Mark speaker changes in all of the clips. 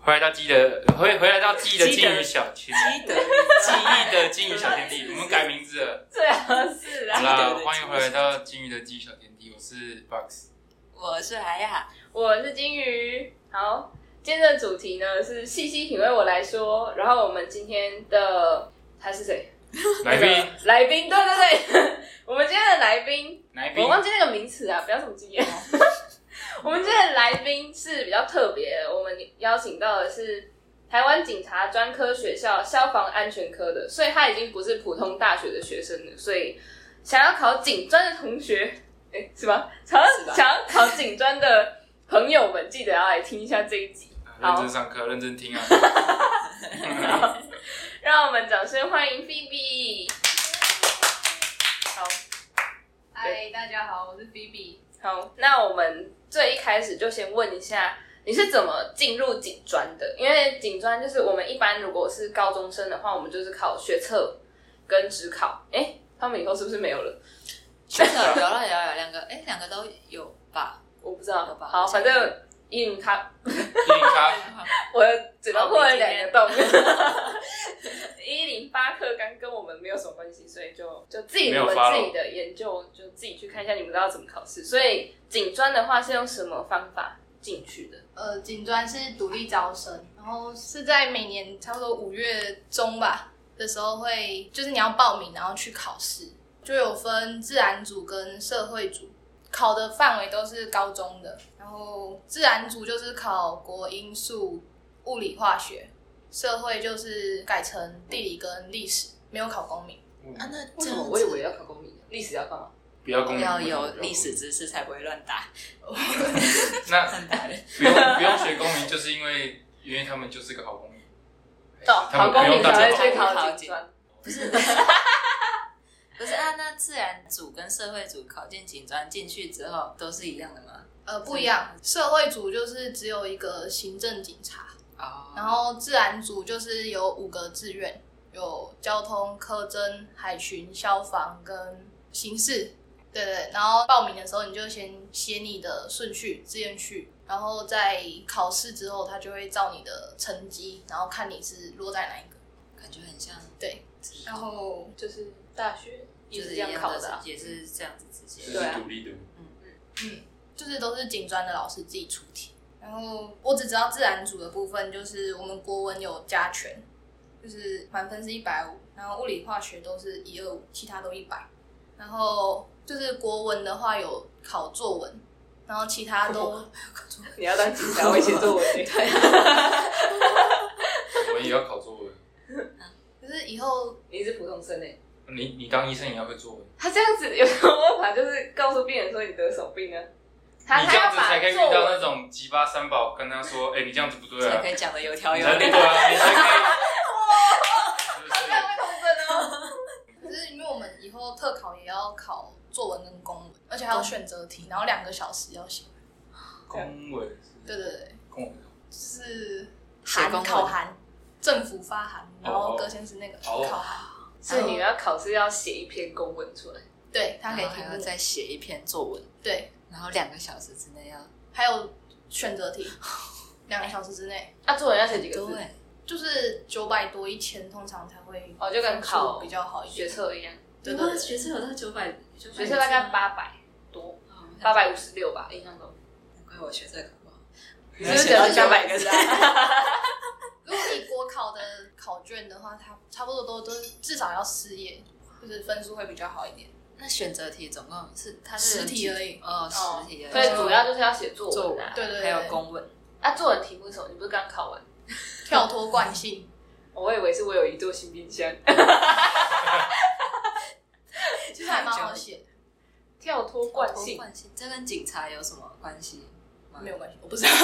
Speaker 1: 回来到记忆的回回来到记忆的
Speaker 2: 记
Speaker 1: 金
Speaker 2: 得
Speaker 1: 鱼小天，
Speaker 2: 基德
Speaker 1: 记忆的金鱼小天地，我们改名字 了。
Speaker 3: 最合适
Speaker 1: 好
Speaker 3: 啦。
Speaker 1: 啦
Speaker 2: 记得，的
Speaker 1: 欢迎回来到金鱼的记忆小天地，我是 Box。
Speaker 2: 我是海雅，
Speaker 3: 我是金鱼，好，今天的主题呢是细细品味我来说，然后我们今天的他是谁？
Speaker 1: 来
Speaker 2: 啊
Speaker 1: 宾，
Speaker 3: 来宾，对对对， 我们今天的来宾，
Speaker 1: 来宾
Speaker 3: 我，忘记那个名词啊，不要什么经验。 我们今天的来宾是比较特别的，我们邀请到的是台湾警察专科学校消防安全科的，所以他已经不是普通大学的学生了，所以想要考警专的同学， 哎、是吗？想
Speaker 2: 是吧
Speaker 3: 要想要考警专的朋友们，记得要来听一下这一集。
Speaker 1: 认真上课，认真听啊。
Speaker 3: 让我们掌声欢迎 Phoebe。好，
Speaker 4: 嗨，大家好，我是 Phoebe。
Speaker 3: 好，那我们最一开始就先问一下，你是怎么进入警专的？因为警专就是我们一般如果是高中生的话，我们就是考学测跟职考。哎、他们以后是不是没有了？
Speaker 2: 确实有了有有两个，哎，两个都有吧？
Speaker 3: 我不知道
Speaker 2: 有。吧
Speaker 3: 好，反正嗯，他
Speaker 1: 一零 八，
Speaker 3: 我的嘴巴破了两个洞。 一零八课纲跟我们没有什么关系，所以就就自己
Speaker 1: 没
Speaker 3: 你
Speaker 1: 有
Speaker 3: 们
Speaker 1: follow
Speaker 3: 自己的研究，就自己去看一下你们都要怎么考试。所以警专的话是用什么方法进去的？
Speaker 4: 呃，警专是独立招生，然后是在每年差不多五月中吧的时候会，就是你要报名，然后去考试，就有分自然组跟社会组，考的范围都是高中的。然后自然组就是考国英数、物理、化学，社会就是改成地理跟历史，没有考公民。
Speaker 2: 啊，那
Speaker 3: 为
Speaker 2: 这
Speaker 3: 什么
Speaker 2: 样子
Speaker 3: 我以为要考公民，历史要干嘛？
Speaker 1: 嗯不要公
Speaker 2: 要
Speaker 1: 民，
Speaker 2: 有历史。知识才不会乱 打，
Speaker 1: 那
Speaker 2: 乱打的。
Speaker 1: 不 用不用学公民，就是因为因为他们就是个好公民，他
Speaker 3: 考
Speaker 1: 们不
Speaker 3: 公
Speaker 1: 用
Speaker 3: 民
Speaker 1: 大
Speaker 3: 才
Speaker 1: 家
Speaker 3: 会去
Speaker 2: 考
Speaker 3: 考警专。
Speaker 2: 不是啊，那自然组跟社会组考进警专进去之后都是一样的吗？
Speaker 4: 呃，不一样，社会组就是只有一个行政警察。
Speaker 2: 哦
Speaker 4: 然后自然组就是有五个志愿，有交通、科侦、海巡、消防跟刑事。对对，然后报名的时候你就先写你的顺序、志愿序，然后在考试之后，他就会照你的成绩，然后看你是落在哪一个。
Speaker 2: 感觉很像，
Speaker 4: 对，然后
Speaker 3: 就是大学也
Speaker 2: 就是
Speaker 3: 这
Speaker 2: 是一
Speaker 3: 样
Speaker 2: 样
Speaker 3: 考
Speaker 2: 的
Speaker 3: 的啊、
Speaker 2: 也是这样子直接。
Speaker 1: 就是独立的。
Speaker 4: 嗯，就是都是警专的老师自己出题。然后我只知道自然组的部分，就是我们国文有加权，就是满分是一百五，然后物理化学都是一二五，其他都一百。然后就是国文的话有考作文，然后其 他都
Speaker 3: 你要当警察，我以前作 文欸。
Speaker 1: 我们也要考作文，
Speaker 4: 就是以后
Speaker 3: 你是普通生欸诶。
Speaker 1: 你你当医生也要会作文，
Speaker 3: 他这样子有什么办法？就是告诉病人说你得什么病啊？他
Speaker 1: 你这
Speaker 3: 他
Speaker 1: 样
Speaker 3: 要
Speaker 1: 子才
Speaker 3: 把
Speaker 1: 可以遇
Speaker 3: 作
Speaker 1: 到那
Speaker 3: 文
Speaker 1: 种鸡巴三宝，跟他说，哎，你这样子不对
Speaker 2: 才
Speaker 1: 啊
Speaker 2: 可，以讲的有条
Speaker 1: 你
Speaker 2: 有
Speaker 1: 才
Speaker 2: 理
Speaker 1: 对。啊，你才可以。是不
Speaker 3: 这样
Speaker 1: 是
Speaker 3: 会童真哦。
Speaker 4: 就是因为我们以后特考也要考作文跟公文，而且还有选择题，然后两个小时要写。
Speaker 1: 公文，
Speaker 4: 对对对，
Speaker 1: 公文。
Speaker 4: 就是
Speaker 2: 写
Speaker 4: 函
Speaker 2: 公文
Speaker 4: 考函，政府发函，然
Speaker 1: 哦
Speaker 4: 后歌先是那个
Speaker 1: 哦
Speaker 4: 考函，
Speaker 3: 所以你们要考试要写一篇公文出来，
Speaker 4: 对他
Speaker 2: 他
Speaker 4: 给
Speaker 2: 给
Speaker 4: 题
Speaker 2: 还
Speaker 4: 目
Speaker 2: 要，再写一篇作文，
Speaker 4: 对，
Speaker 2: 然后两个小时之内要。
Speaker 4: 还有选择题，两个小时之内
Speaker 3: 啊，作文要写几个字？
Speaker 2: 对，
Speaker 4: 就是九百多一千，通常才会
Speaker 3: 哦就跟考
Speaker 4: 分数比较好一
Speaker 3: 学
Speaker 4: 点，
Speaker 3: 测一样，
Speaker 4: 对
Speaker 2: 有
Speaker 4: 对
Speaker 2: 啊
Speaker 4: 对，
Speaker 2: 学测有到九百，学
Speaker 3: 学测大概，八百多，
Speaker 2: 哦
Speaker 3: 八百五十六吧，印象中。
Speaker 2: 难怪我学测考不好，
Speaker 3: 你
Speaker 2: 是不是写到
Speaker 3: 九
Speaker 2: 九
Speaker 3: 百
Speaker 2: 百
Speaker 3: 个
Speaker 2: 个
Speaker 3: 字
Speaker 2: 字
Speaker 3: 啊？
Speaker 4: 如果以国考的考卷的话，它差不多都都至少要四页，就是分数会比较好一点，
Speaker 2: 那选择题总共是它是
Speaker 4: 十
Speaker 2: 有几
Speaker 4: 题而已。
Speaker 2: 哦，
Speaker 3: 哦
Speaker 2: 十题而 已。
Speaker 3: 所以主要就是要写作
Speaker 2: 作
Speaker 3: 文啊
Speaker 2: 文。
Speaker 4: 对
Speaker 2: 还
Speaker 4: 对对，
Speaker 2: 有公文，
Speaker 3: 啊，作文题目是什么？你不是刚考完？
Speaker 4: 跳脱惯性，
Speaker 3: 哦我以为是我有一座新冰箱。
Speaker 4: 其实还蛮好写的，
Speaker 3: 跳脱惯
Speaker 2: 多
Speaker 3: 性，
Speaker 2: 惯性，这跟警察有什么关系吗？
Speaker 4: 没有关系，我不知道。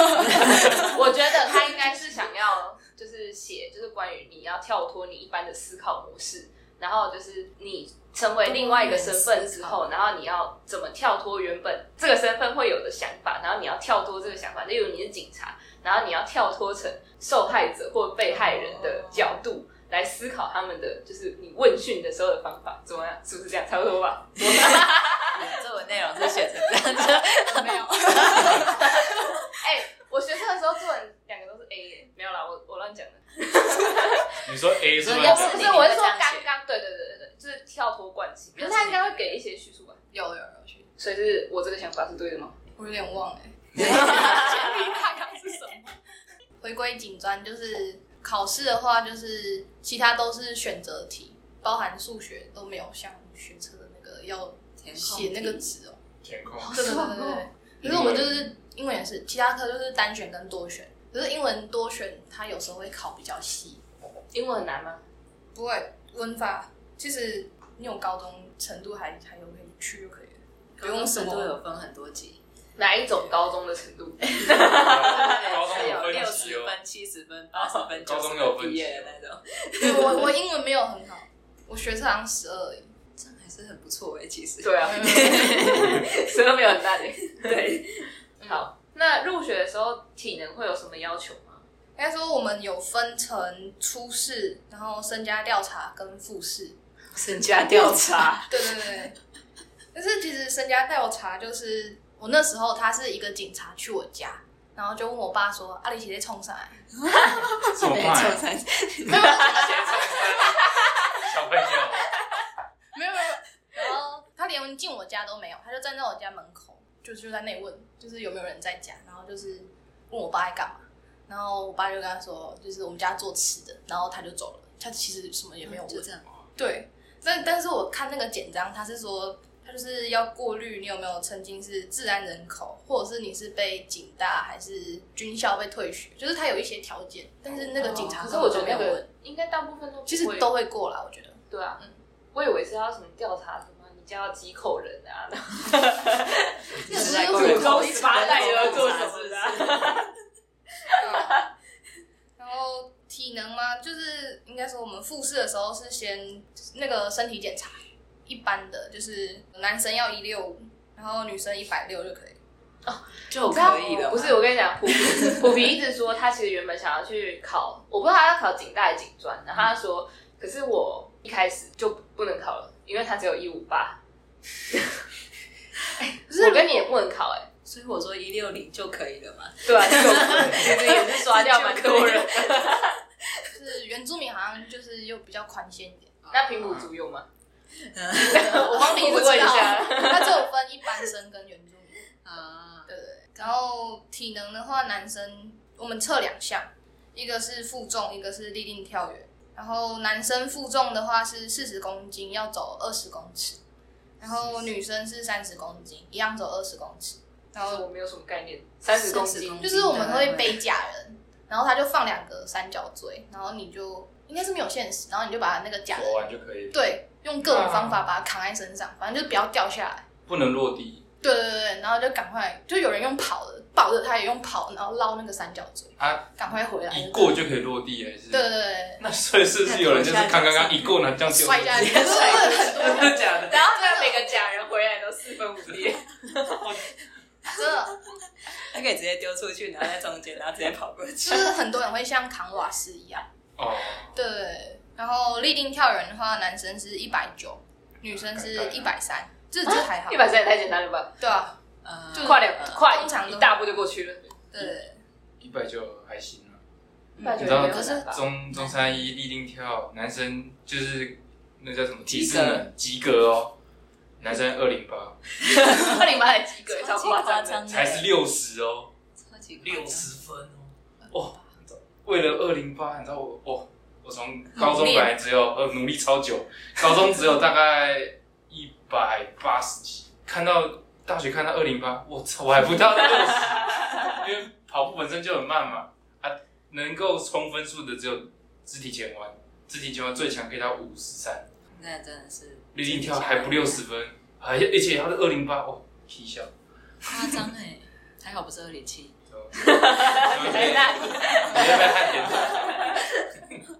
Speaker 3: 我觉得他应该是想要就是写，就是关于你要跳脱你一般的思考模式，然后就是你成为另外一个身份之后，然后你要怎么跳脱原本这个身份会有的想法，然后你要跳脱这个想法，例如你是警察，然后你要跳脱成受害者或被害人的角度。来思考他们的，就是你问讯的时候的方法，怎么样？是不是这样？差不多吧。
Speaker 2: 你的作文内容是 写成这样子，
Speaker 4: 没有，
Speaker 3: 哎、我学生的时候作文两个都是 A， A 耶没有啦，我我乱讲的。
Speaker 1: 你说 A 是
Speaker 2: 不
Speaker 3: 也
Speaker 2: 要
Speaker 1: 吧
Speaker 3: 不？
Speaker 2: 是
Speaker 3: 是，
Speaker 2: 你
Speaker 3: 我
Speaker 2: 会
Speaker 3: 是
Speaker 2: 这
Speaker 3: 说
Speaker 2: 样
Speaker 3: 刚
Speaker 2: 写
Speaker 3: 刚，对对对对对，就是跳脱惯性。可
Speaker 2: 就是
Speaker 3: 是他应该会给一些叙述吧？
Speaker 4: 有有有去，
Speaker 3: 所以是我这个想法是对的吗？
Speaker 4: 我有点忘了、欸，前提大纲是什么？回归警专就是考试的话，就是其他都是选择题，包含数学都没有像学车的那个要
Speaker 2: 填空
Speaker 4: 写那个
Speaker 2: 题
Speaker 4: 纸哦、
Speaker 1: 填空。
Speaker 4: 对对对对 对。可是我们就是英文也是，其他科就是单选跟多选，可是英文多选它有时候会考比较细，
Speaker 3: 英文很难吗？
Speaker 4: 不会文法其实你有高中程度还还有可以去就可以了， 不用什
Speaker 2: 都
Speaker 4: 么
Speaker 2: 有分很多级，
Speaker 3: 哪一种高中的程度？
Speaker 1: 高中有分
Speaker 2: 有
Speaker 1: 级
Speaker 2: 六十
Speaker 1: 哦，
Speaker 2: 分、七十分、八十分、
Speaker 1: 高
Speaker 2: 九
Speaker 1: 中
Speaker 2: 十
Speaker 1: 有
Speaker 2: 分
Speaker 1: 分
Speaker 2: 毕
Speaker 1: 级
Speaker 2: 业
Speaker 1: 哦
Speaker 2: 的那种，
Speaker 4: 对我我英文没有很好，我学测好像十 二而已。嗯
Speaker 2: 这样还是很不错哎，其实
Speaker 3: 对啊，谁都没有很大的。
Speaker 2: 对，
Speaker 3: 好，嗯那入学的时候体能会有什么要求吗？
Speaker 4: 应该说我们有分成初试，然后身家调查跟复试。
Speaker 2: 身家调查，
Speaker 4: 对对对。但是其实身家调查就是我那时候他是一个警察去我家，然后就问我爸说：“啊，你姐姐冲上来
Speaker 1: 怎么
Speaker 2: 没
Speaker 1: 办
Speaker 2: 错？才
Speaker 3: 啊
Speaker 1: 小朋友，？”
Speaker 4: 没有没有。然后他连进我家都没有，他就站在我家门口，就就在那里问，就是有没有人在家，然后就是问我爸在干嘛。然后我爸就跟他说，就是我们家做吃的，然后他就走了。他其实什么也没有问，
Speaker 2: 就这样，
Speaker 4: 对，但但是我看那个简章，他是说他就是要过滤你有没有曾经是治安人口，或者是你是被警大还是军校被退学，就是他有一些条件，但是那个警察
Speaker 3: 哦可是
Speaker 4: 根
Speaker 3: 我
Speaker 4: 本
Speaker 3: 觉得
Speaker 4: 就没有
Speaker 3: 那
Speaker 4: 问，
Speaker 3: 个 应该大部分都不
Speaker 4: 其实
Speaker 3: 会
Speaker 4: 都会过啦，我觉得。
Speaker 3: 对啊
Speaker 4: 嗯。
Speaker 3: 我以为是要什么调查什么，你家有几口人啊？
Speaker 4: 这
Speaker 2: 是
Speaker 4: 是
Speaker 2: 在
Speaker 4: 在
Speaker 2: 过
Speaker 4: 过
Speaker 2: 滤
Speaker 4: 滤
Speaker 3: 祖宗十八代要做什么的啊？
Speaker 4: 然后体能嘛，就是应该说我们复试的时候是先那个身体检查，一般的就是男生要一六五，然后女生一百六就可以。
Speaker 2: 就可以了嘛，
Speaker 3: 不是，我跟你讲， 虎皮虎皮一直说他其实原本想要去考，我不知道他要考警大还是警专，然后他说，可是我一开始就不能考了，因为他只有一五 八。哎我跟你也不能考哎、
Speaker 2: 所以我说一六零就可以了嘛，
Speaker 3: 对啊， 就其实也是刷掉蛮多 人。
Speaker 4: 就是原住民好像就是又比较宽限一点，
Speaker 3: 那平埔族有吗？
Speaker 4: 嗯我帮你
Speaker 3: 我
Speaker 4: 问
Speaker 3: 问一
Speaker 4: 一
Speaker 3: 下
Speaker 4: 下，它只有分一般生跟原住民。
Speaker 2: 啊，
Speaker 4: 对对对。然后体能的话，男生我们测两项，一个是负重，一个是立定跳远。然后男生负重的话是四十公斤，要走二十公尺；然后女生是三十公斤，一样走二十公尺。然
Speaker 3: 然后
Speaker 4: 后
Speaker 3: 我没有什么概念，三十公
Speaker 2: 30公
Speaker 3: 斤
Speaker 2: 斤
Speaker 4: 就是我们会背假人，然后他就放两个三角锥，然后你就应该是没有限时，然后你就把那个假人
Speaker 1: 走完就可以，
Speaker 4: 对，用各
Speaker 2: 啊
Speaker 4: 种方法把它扛在身上，反正就是不要掉下来。
Speaker 1: 不能落地
Speaker 4: 对对对对，然后就赶快，就有人用跑的抱着他，也用跑，然后捞那个三角锥，
Speaker 1: 啊，
Speaker 4: 赶快回来。
Speaker 1: 一过就可以落地还是？
Speaker 4: 对对对
Speaker 1: 那所以是不是有人就是刚刚刚一过呢，这样
Speaker 4: 对，
Speaker 1: 就
Speaker 4: 摔下去，
Speaker 1: 真的假的？
Speaker 3: 然后他每个假人回来都四分五裂，
Speaker 4: 真的
Speaker 2: 他可以直接丢出去，然后在中间，然后直接跑过去
Speaker 4: 就。是很多人会像扛瓦斯一样。
Speaker 1: 哦，
Speaker 4: 对对对，然后立定跳远的话，男生是一百九，女生是一百三，这这还好
Speaker 3: 一。百三也太简单了吧？
Speaker 4: 对啊，
Speaker 2: 呃
Speaker 4: 就
Speaker 3: 跨两跨
Speaker 4: 通常
Speaker 3: 一
Speaker 4: 都
Speaker 3: 一大步就过去了，
Speaker 4: 对对对
Speaker 1: 一百九还行啊。
Speaker 3: 一百
Speaker 1: 你
Speaker 3: 九也
Speaker 1: 知道
Speaker 3: 没有很难吧
Speaker 1: 中中山一立定跳，男生就是那叫什么体
Speaker 2: 及
Speaker 1: 适
Speaker 2: 格
Speaker 1: 能及格哦，男生二零八
Speaker 3: 二零八才及格，超
Speaker 2: 超级
Speaker 3: 夸
Speaker 2: 夸
Speaker 3: 张的。
Speaker 2: 张的，
Speaker 1: 才是六十哦，
Speaker 2: 超级夸张
Speaker 1: 六十分哦，哦，你知道为了二零八，你知道我我我从高中本来只有呃努力超久，高中只有大概一百八十几，看到大学看到二零八，我操，我还不到六十，因为跑步本身就很慢嘛，啊，能够冲分数的只有肢体前弯，肢体前弯最强可以到五十三。
Speaker 2: 那真的是
Speaker 1: 立定跳还不六十分，还而且他的二零八哦，踢笑，
Speaker 2: 夸张哎，还好不是二零七，
Speaker 1: 你
Speaker 3: 在那里
Speaker 1: 要不要看点头？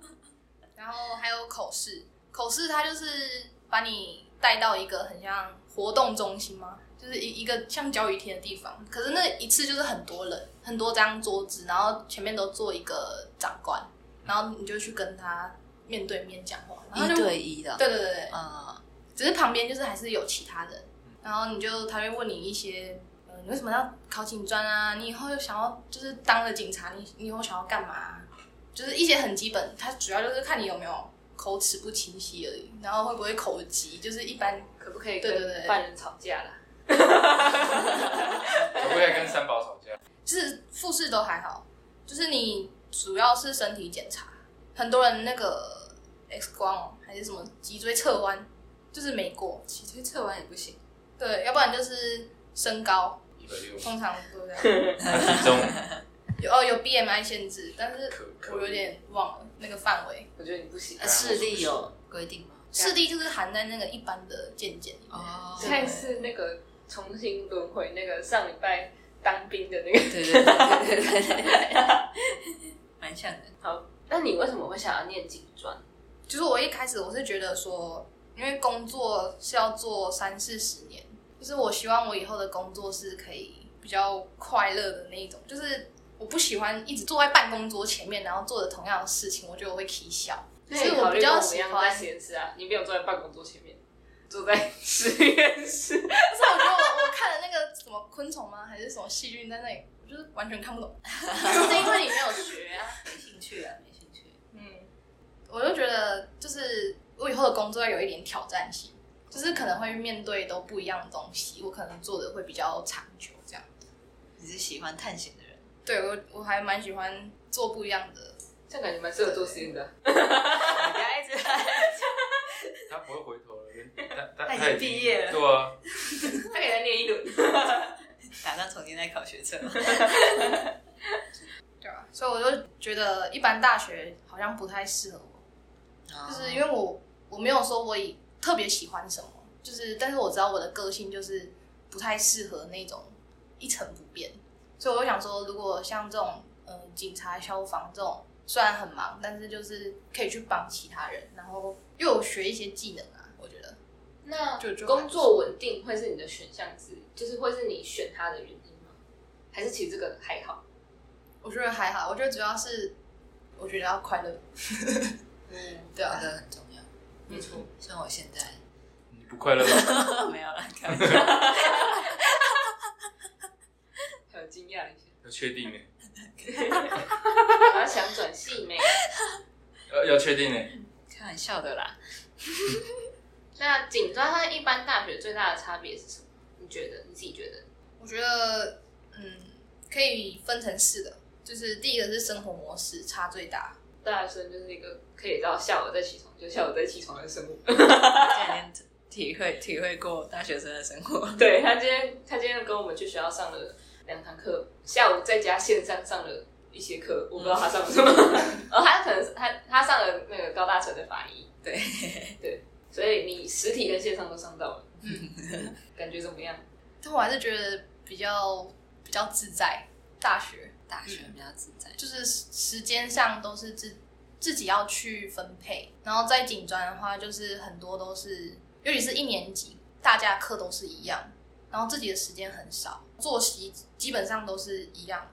Speaker 4: 然后还有口试，口试它就是把你带到一个很像活动中心吗？就是一一个像教育厅的地方，可是那一次就是很多人，很多张桌子，然后前面都坐一个长官，然后你就去跟他面对面讲话，然后
Speaker 2: 一
Speaker 4: 就
Speaker 2: 对一的，
Speaker 4: 对对对对，
Speaker 2: 啊，
Speaker 4: 只是旁边就是还是有其他人，然后你就他会问你一些呃你为什么要考警专啊？你以后又想要就是当了警察，你你以后想要干嘛啊、就是一些很基本，它主要就是看你有没有口齿不清晰而已，然后会不会口疾，就是一般
Speaker 3: 可不可以
Speaker 4: 对对
Speaker 3: 跟
Speaker 4: 对
Speaker 3: 犯人吵架啦？
Speaker 1: 可不可以跟三宝吵架？
Speaker 4: 就是复试都还好，就是你主要是身体检查，很多人那个 X 光哦，还是什么脊椎侧弯，就是没过，
Speaker 2: 脊椎侧弯也不行，
Speaker 4: 对，要不然就是身高，
Speaker 1: 一百六，
Speaker 4: 通常都这样，
Speaker 1: 那体重
Speaker 4: 有哦有 BMI 限制，但是
Speaker 1: 可可
Speaker 4: 我有点忘了那个范围，
Speaker 3: 我觉得你不行
Speaker 2: 呃，视力有规定
Speaker 1: 啊
Speaker 2: 吗？
Speaker 4: 视力就是含在那个一般的健检里面，
Speaker 2: 哦
Speaker 3: 现在是那个重新轮回那个上礼拜当兵的那个。
Speaker 2: 对对对对对对对，蛮像的。
Speaker 3: 那你为什么会想要念警专？
Speaker 4: 就是我一开始我是觉得说，因为工作是要做三四十年，就是我希望我以后的工作是可以比较快乐的那一种，就是我不喜欢一直坐在办公桌前面，然后做着同样的事情，我觉得我会起笑。所以我比较喜
Speaker 3: 那你考虑跟我们一样在
Speaker 4: 欢，
Speaker 3: 实验室啊，你没有坐在办公桌前面，坐在实验室。
Speaker 4: 但是我觉得我我看了那个什么昆虫吗，还是什么细菌在那里，我就是完全看不懂。
Speaker 3: 是因为你没有学啊。
Speaker 2: 没兴趣啊，没兴趣。
Speaker 3: 嗯，
Speaker 4: 我就觉得，就是我以后的工作要有一点挑战性，就是可能会面对都不一样的东西，我可能做的会比较长久这样。
Speaker 2: 你是喜欢探险的人，
Speaker 4: 对我我还蛮喜欢做不一样的，
Speaker 3: 这样感觉蛮适合做实验的啊。
Speaker 2: 你不要一直
Speaker 1: 他不会回头了， 他
Speaker 2: 他已经毕业了
Speaker 1: 对啊，
Speaker 3: 他给他念一轮。
Speaker 2: 打算重新再考学测吗？
Speaker 4: 对吧、所以我就觉得一般大学好像不太适合我，
Speaker 2: 就
Speaker 4: 就是因
Speaker 2: 为
Speaker 4: 为我我没有说我以特别喜欢什么，就是但是我知道我的个性就是不太适合那种一成不变，所以我就想说，如果像这种呃警察、消防这种虽然很忙，但是就是可以去帮其他人，然后又有学一些技能啊，我觉得
Speaker 3: 那
Speaker 4: 就就
Speaker 3: 工作稳定会是你的选项之一，就是会是你选它的原因吗？还是其实这个还好？
Speaker 4: 我觉得还好，我觉得主要是我觉得要快乐，
Speaker 3: 嗯，
Speaker 4: 对啊
Speaker 2: 这，个很重要，
Speaker 3: 没错。
Speaker 2: 像我现在
Speaker 1: 你不快乐吗？
Speaker 2: 没有啦，开玩笑。
Speaker 3: 很惊讶一下，
Speaker 1: 要确定欸呢，
Speaker 3: 我要想转系没？
Speaker 1: 要要确定欸呢，
Speaker 2: 开玩笑的 啦，
Speaker 3: 那警专和一般大学最大的差别是什么？你觉得？你自己觉得？
Speaker 4: 我觉得，嗯，可以分成四个，就是第一个是生活模式差最大，
Speaker 3: 大学生就是一个可以到下午再起床，就下午再起床的生 活。
Speaker 2: 现在已经体会体会过大学生的生活。
Speaker 3: 对他今天，他今天跟我们去学校上了两堂课，下午在家线上上了一些课，我不知道他上了什么。 然后嗯哦他可能是他他上了那个高大成的法医，
Speaker 2: 对，
Speaker 3: 所以你实体跟线上都上到了，感觉怎么样？
Speaker 4: 但我还是觉得比较比较自在。大学
Speaker 2: 大学比较自在，
Speaker 4: 就是时时间上都是自自己要去分配，然后在警专的话，就是很多都是，尤其是一年级，大家课都是一样，然后自己的时间很少，作息基本上都是一样，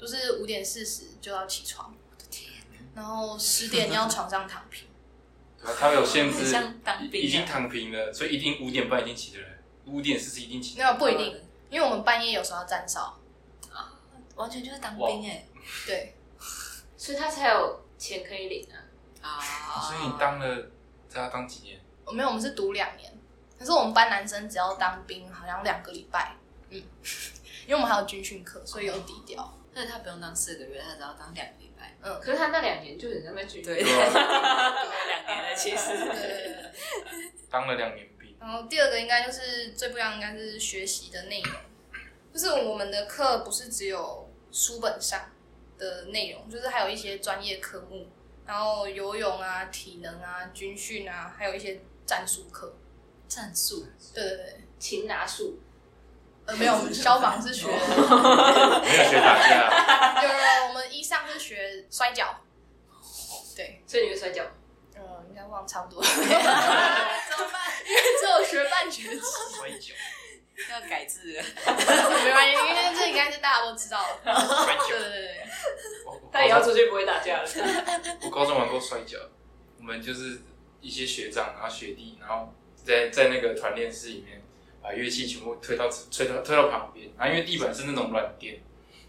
Speaker 4: 就是五点四十就要起床，
Speaker 2: 我的天，
Speaker 4: 然后十点要床上躺平。
Speaker 1: 对啊他们有限
Speaker 2: 很
Speaker 1: 制，
Speaker 2: 像当兵啊
Speaker 1: 已经躺平了，所以一定五点半已经起得来，五点四十一定起得来。
Speaker 4: 那不 一定，因为我们半夜有时候要站哨，
Speaker 2: 完全就是当兵哎、
Speaker 4: 对，
Speaker 3: 所以他才有钱可以领啊。
Speaker 2: 啊
Speaker 1: 所以你当了，他要当几年？
Speaker 4: 我哦没有，我们是读两年，可是我们班男生只要当兵，好像两个礼拜，嗯，因为我们还有军训课，所以有底调，
Speaker 2: 所以他不用当四个月，他只要当两个礼拜。
Speaker 4: 嗯，
Speaker 3: 可是他那两年就很像在军队，
Speaker 2: 对，
Speaker 1: 对啊
Speaker 2: 两年了其
Speaker 4: 对
Speaker 2: 实。
Speaker 4: 对对对。
Speaker 1: 当了两年兵，
Speaker 4: 然后第二个应该就是最不一样，应该是学习的内容，就是我们的课不是只有书本上的内容，就是还有一些专业科目，然后游泳啊、体能啊、军训啊，还有一些战术课，
Speaker 2: 战术
Speaker 4: 对对对。
Speaker 3: 擒拿术。
Speaker 4: 呃，没有，我们消防是学，有
Speaker 1: 没有学打架，啊
Speaker 4: 有，我们一上是学摔跤，对，
Speaker 3: 所以你会摔跤？
Speaker 4: 呃，应该忘差不多， 怎么办？因为只有学半学 期，
Speaker 1: 摔跤，
Speaker 2: 要改制了，
Speaker 4: 没关系，因为这应该是大家都知道的，
Speaker 1: 摔跤。
Speaker 4: 对对对对，
Speaker 1: 我我
Speaker 3: 他也要出去不会打架了。
Speaker 1: 我高中玩过摔跤，我们就是一些学长，然后学弟，然后在在那个团练室里面，把乐器全部推到推到推到旁边，然后因为地板是那种软垫，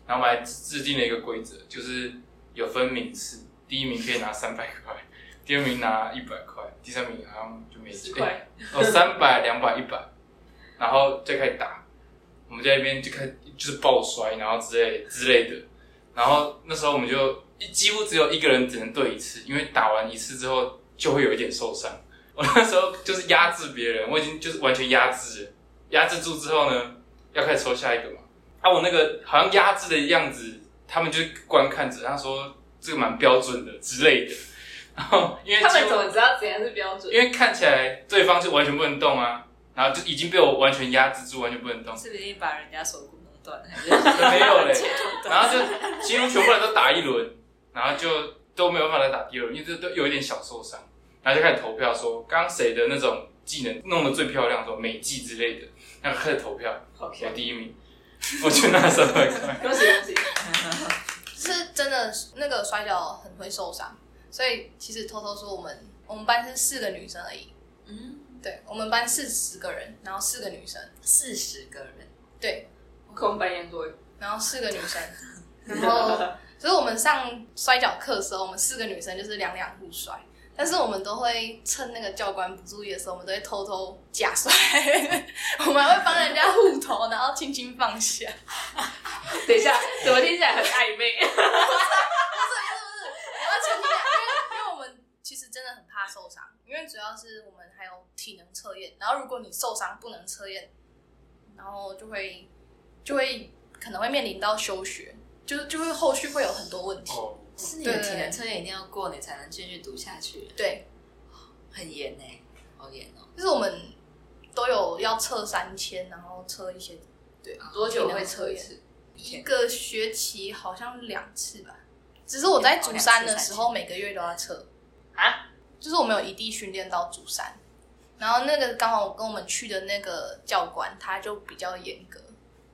Speaker 1: 然后我们还制定了一个规则，就是有分名次，第一名可以拿三百块，第二名拿一百块，第三名好像就没
Speaker 3: 十
Speaker 1: 哎
Speaker 3: 块，
Speaker 1: 哦，三百、两百、一百，然后就开始打。我们在那边就开就是爆摔，然后之类之类的。然后那时候我们就一几乎只有一个人只能对一次，因为打完一次之后就会有一点受伤。我那时候就是压制别人，我已经就是完全压制了。压制住之后呢，要开始抽下一个嘛。啊，我那个好像压制的样子，他们就观看着，他说这个蛮标准的之类的。然后因为
Speaker 3: 他
Speaker 1: 几
Speaker 3: 们
Speaker 1: 乎
Speaker 3: 怎么知道怎样是标准？
Speaker 1: 因为看起来对方是完全不能动啊，然后就已经被我完全压制住，完全不能动，
Speaker 2: 是不是把人家手骨弄断了？还是
Speaker 1: 没有 嘞。
Speaker 2: 弄断？
Speaker 1: 然后就几乎全部人都打一轮，然后就都没有办法再打第二轮，因为这都有一点小受伤，然后就开始投票说刚刚谁的那种技能弄得最漂亮，说美技之类的，然后开始投票，
Speaker 3: 好
Speaker 1: 我第一名，我去拿三百块，
Speaker 3: 恭喜恭喜！
Speaker 4: 是真的那个摔跤很会受伤，所以其实偷偷说我们我们班是四个女生而已，
Speaker 2: 嗯，
Speaker 4: 对我们班四十个人，然后四个女生，
Speaker 2: 四十个人，
Speaker 4: 对，
Speaker 3: 我可能白羊座，
Speaker 4: 然后四个女生，然后所以我们上摔跤课的时候，我们四个女生就是两两互摔，但是我们都会趁那个教官不注意的时候，我们都会偷偷假摔，我们还会帮人家护头，然后轻轻放下。
Speaker 3: 等一下，怎么听起来很暧昧？
Speaker 4: 我要澄清一下，因为因为我们其实真的很怕受伤，因为主要是我们还有体能测验，然后如果你受伤不能测验，然后就会就会可能会面临到休学，就就会后续会有很多问题。
Speaker 1: 哦，
Speaker 2: 是你的
Speaker 4: 对
Speaker 2: 体能测验一定要过，你才能继续读下去，
Speaker 4: 对，
Speaker 2: 很严呢、好严哦、
Speaker 4: 就是我们都有要测三千，然后测一些
Speaker 3: 多久会测一次？
Speaker 4: 一个学期好像两次吧。只是我在主三的时候，每个月都要测
Speaker 3: 啊，
Speaker 4: 就是我们有异地训练到主三，然后那个刚好我跟我们去的那个教官他就比较严格，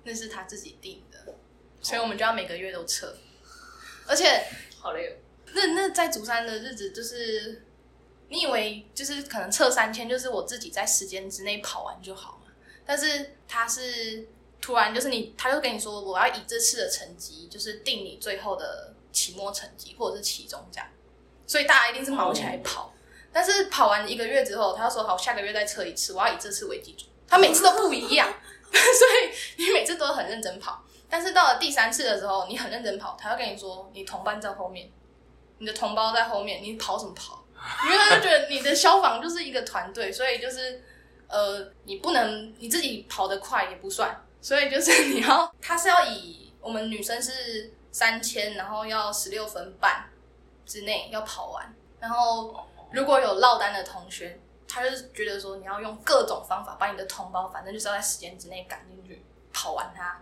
Speaker 4: 那是他自己定的，所以我们就要每个月都测，而且
Speaker 3: 好累哦。
Speaker 4: 那那在竹山的日子，就是你以为就是可能测三千，就是我自己在时间之内跑完就好嘛。但是他是突然就是你，他就跟你说我要以这次的成绩，就是定你最后的期末成绩或者是期中奖，所以大家一定是毛起来跑。但是跑完一个月之后，他就说好，下个月再测一次，我要以这次为基准。他每次都不一样， 所以你每次都很认真跑。但是到了第三次的时候，你很认真跑，他会跟你说你同伴在后面，你的同胞在后面，你跑什么跑？因为他就觉得你的消防就是一个团队，所以就是呃，你不能你自己跑得快也不算，所以就是你要，他是要以我们女生是三千，然后要十六分半之内要跑完，然后如果有落单的同学，他就是觉得说你要用各种方法把你的同胞，反正就是要在时间之内赶进去跑完它，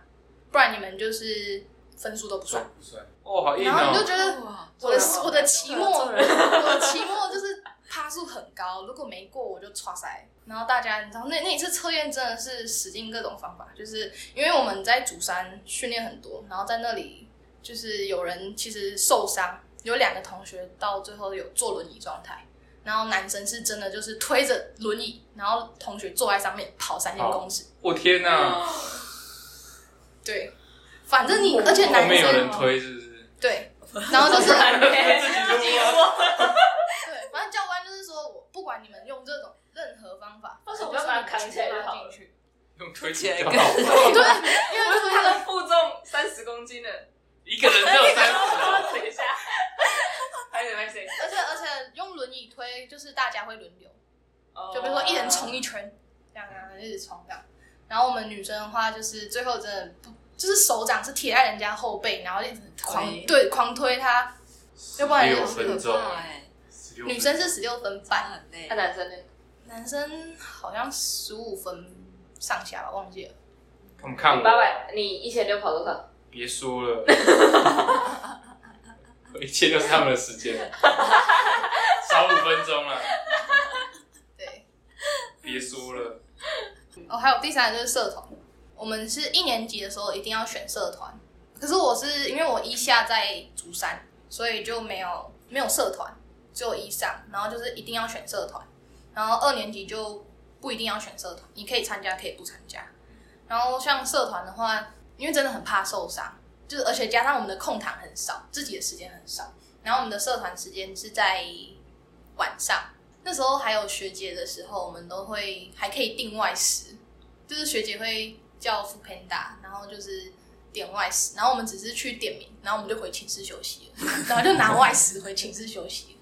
Speaker 4: 不然你们就是分数都不算
Speaker 1: 算。不算？哦，好硬
Speaker 4: 然后你
Speaker 1: 哦
Speaker 4: 就，觉得
Speaker 2: 哇，
Speaker 4: 我
Speaker 3: 做
Speaker 4: 的
Speaker 3: 人哦
Speaker 4: 我的期末，
Speaker 2: 做人
Speaker 4: 我的期末就是趴数很高，如果没过我就刷塞。然后大家，你知道那那一次测验真的是使尽各种方法，就是因为我们在竹山训练很多，然后在那里就是有人其实受伤，有两个同学到最后有坐轮椅状态，然后男生是真的就是推着轮椅，然后同学坐在上面跑三千公尺，
Speaker 1: 我天
Speaker 3: 嗯
Speaker 1: 哪，
Speaker 4: 对，反正你
Speaker 3: 哦
Speaker 4: 而且
Speaker 1: 后
Speaker 4: 男
Speaker 1: 面有
Speaker 4: 生
Speaker 1: 人推是不是？
Speaker 4: 对，然后就是。
Speaker 3: 我
Speaker 4: 对，反正教官就是说我不管你们用这种任何方法，
Speaker 3: 为什么不要把它
Speaker 4: 就
Speaker 3: 扛
Speaker 4: 是你们
Speaker 3: 起来就
Speaker 4: 全部拉
Speaker 3: 好了
Speaker 4: 进去？
Speaker 1: 用推起来
Speaker 2: 这个
Speaker 1: 好，
Speaker 4: 因
Speaker 3: 是
Speaker 4: 为就是
Speaker 3: 他的负重三十公 斤的。
Speaker 1: 一个人只有三十，
Speaker 3: 等一下，还有还谁？
Speaker 4: 而且而且用轮椅推，就是大家会轮流，
Speaker 3: 哦
Speaker 4: 就比如说一人冲一圈，这样啊，一直冲这样。然后我们女生的话，就是最后真的不，就是手掌是贴在人家后背，然后一直狂
Speaker 2: 推
Speaker 4: 对狂推他。 要不然
Speaker 1: 六
Speaker 4: 很欸
Speaker 1: 分钟，
Speaker 2: 哎，
Speaker 1: 16
Speaker 4: 女生是十六分
Speaker 2: 反很累
Speaker 4: 半，
Speaker 3: 那。男生呢？
Speaker 4: 男生好像十五分上下吧，忘记了。
Speaker 1: 他们看我
Speaker 3: 八百，你一千六跑多少？
Speaker 1: 别说了， 一切都是他们的时间，少五分钟了，
Speaker 4: 对，
Speaker 1: 别说了，
Speaker 4: 哦，还有第三个就是社团，我们是一年级的时候一定要选社团，可是我是因为我一下在竹山，所以就没有没有社团，只有一上，然后就是一定要选社团，然后二年级就不一定要选社团，你可以参加，可以不参加。然后像社团的话，因为真的很怕受伤，就是而且加上我们的空堂很少，自己的时间很少。然后我们的社团时间是在晚上，那时候还有学姐的时候，我们都会还可以订外食，就是学姐会叫 f o o Panda，然后就是点外食，然后我们只是去点名，然后我们就回寝室休息了，然后就拿外食回寝室休息。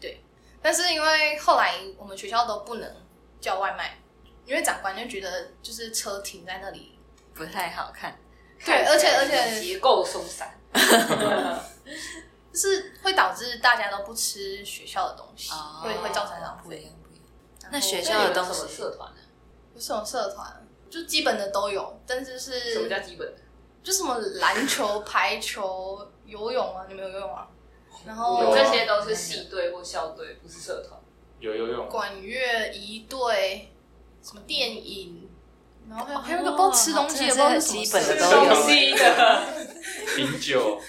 Speaker 4: 对，但是因为后来我们学校都不能叫外卖，因为长官就觉得就是车停在那里，
Speaker 2: 不太好看。
Speaker 4: 对，而且而且
Speaker 3: 结构松 散，
Speaker 4: 就是会导致大家都不吃学校的东西，
Speaker 2: 哦
Speaker 4: 会会造成浪
Speaker 2: 不一
Speaker 4: 费。
Speaker 2: 样不一样。
Speaker 4: 然后
Speaker 2: 那学
Speaker 3: 那
Speaker 2: 校
Speaker 3: 你
Speaker 2: 的
Speaker 3: 们
Speaker 2: 东
Speaker 3: 什么
Speaker 2: 西
Speaker 3: 社团啊呢？
Speaker 4: 有什么社团，啊就基本的都有，但是
Speaker 3: 什么
Speaker 4: 是
Speaker 3: 叫基本的？
Speaker 4: 就什么篮球、排球、游泳啊，你们有游泳啊？然
Speaker 1: 有
Speaker 4: 后
Speaker 1: 啊
Speaker 3: 这些都是系队或校队，不是社团。
Speaker 1: 有游泳，
Speaker 4: 管乐、仪队、什么电影，然后还有啊
Speaker 2: 哦
Speaker 4: 还有一个不知道吃东西，也不知道是什么
Speaker 2: 真的是很基本的都
Speaker 4: 社团
Speaker 2: 有
Speaker 3: 东西 的，
Speaker 1: 饮酒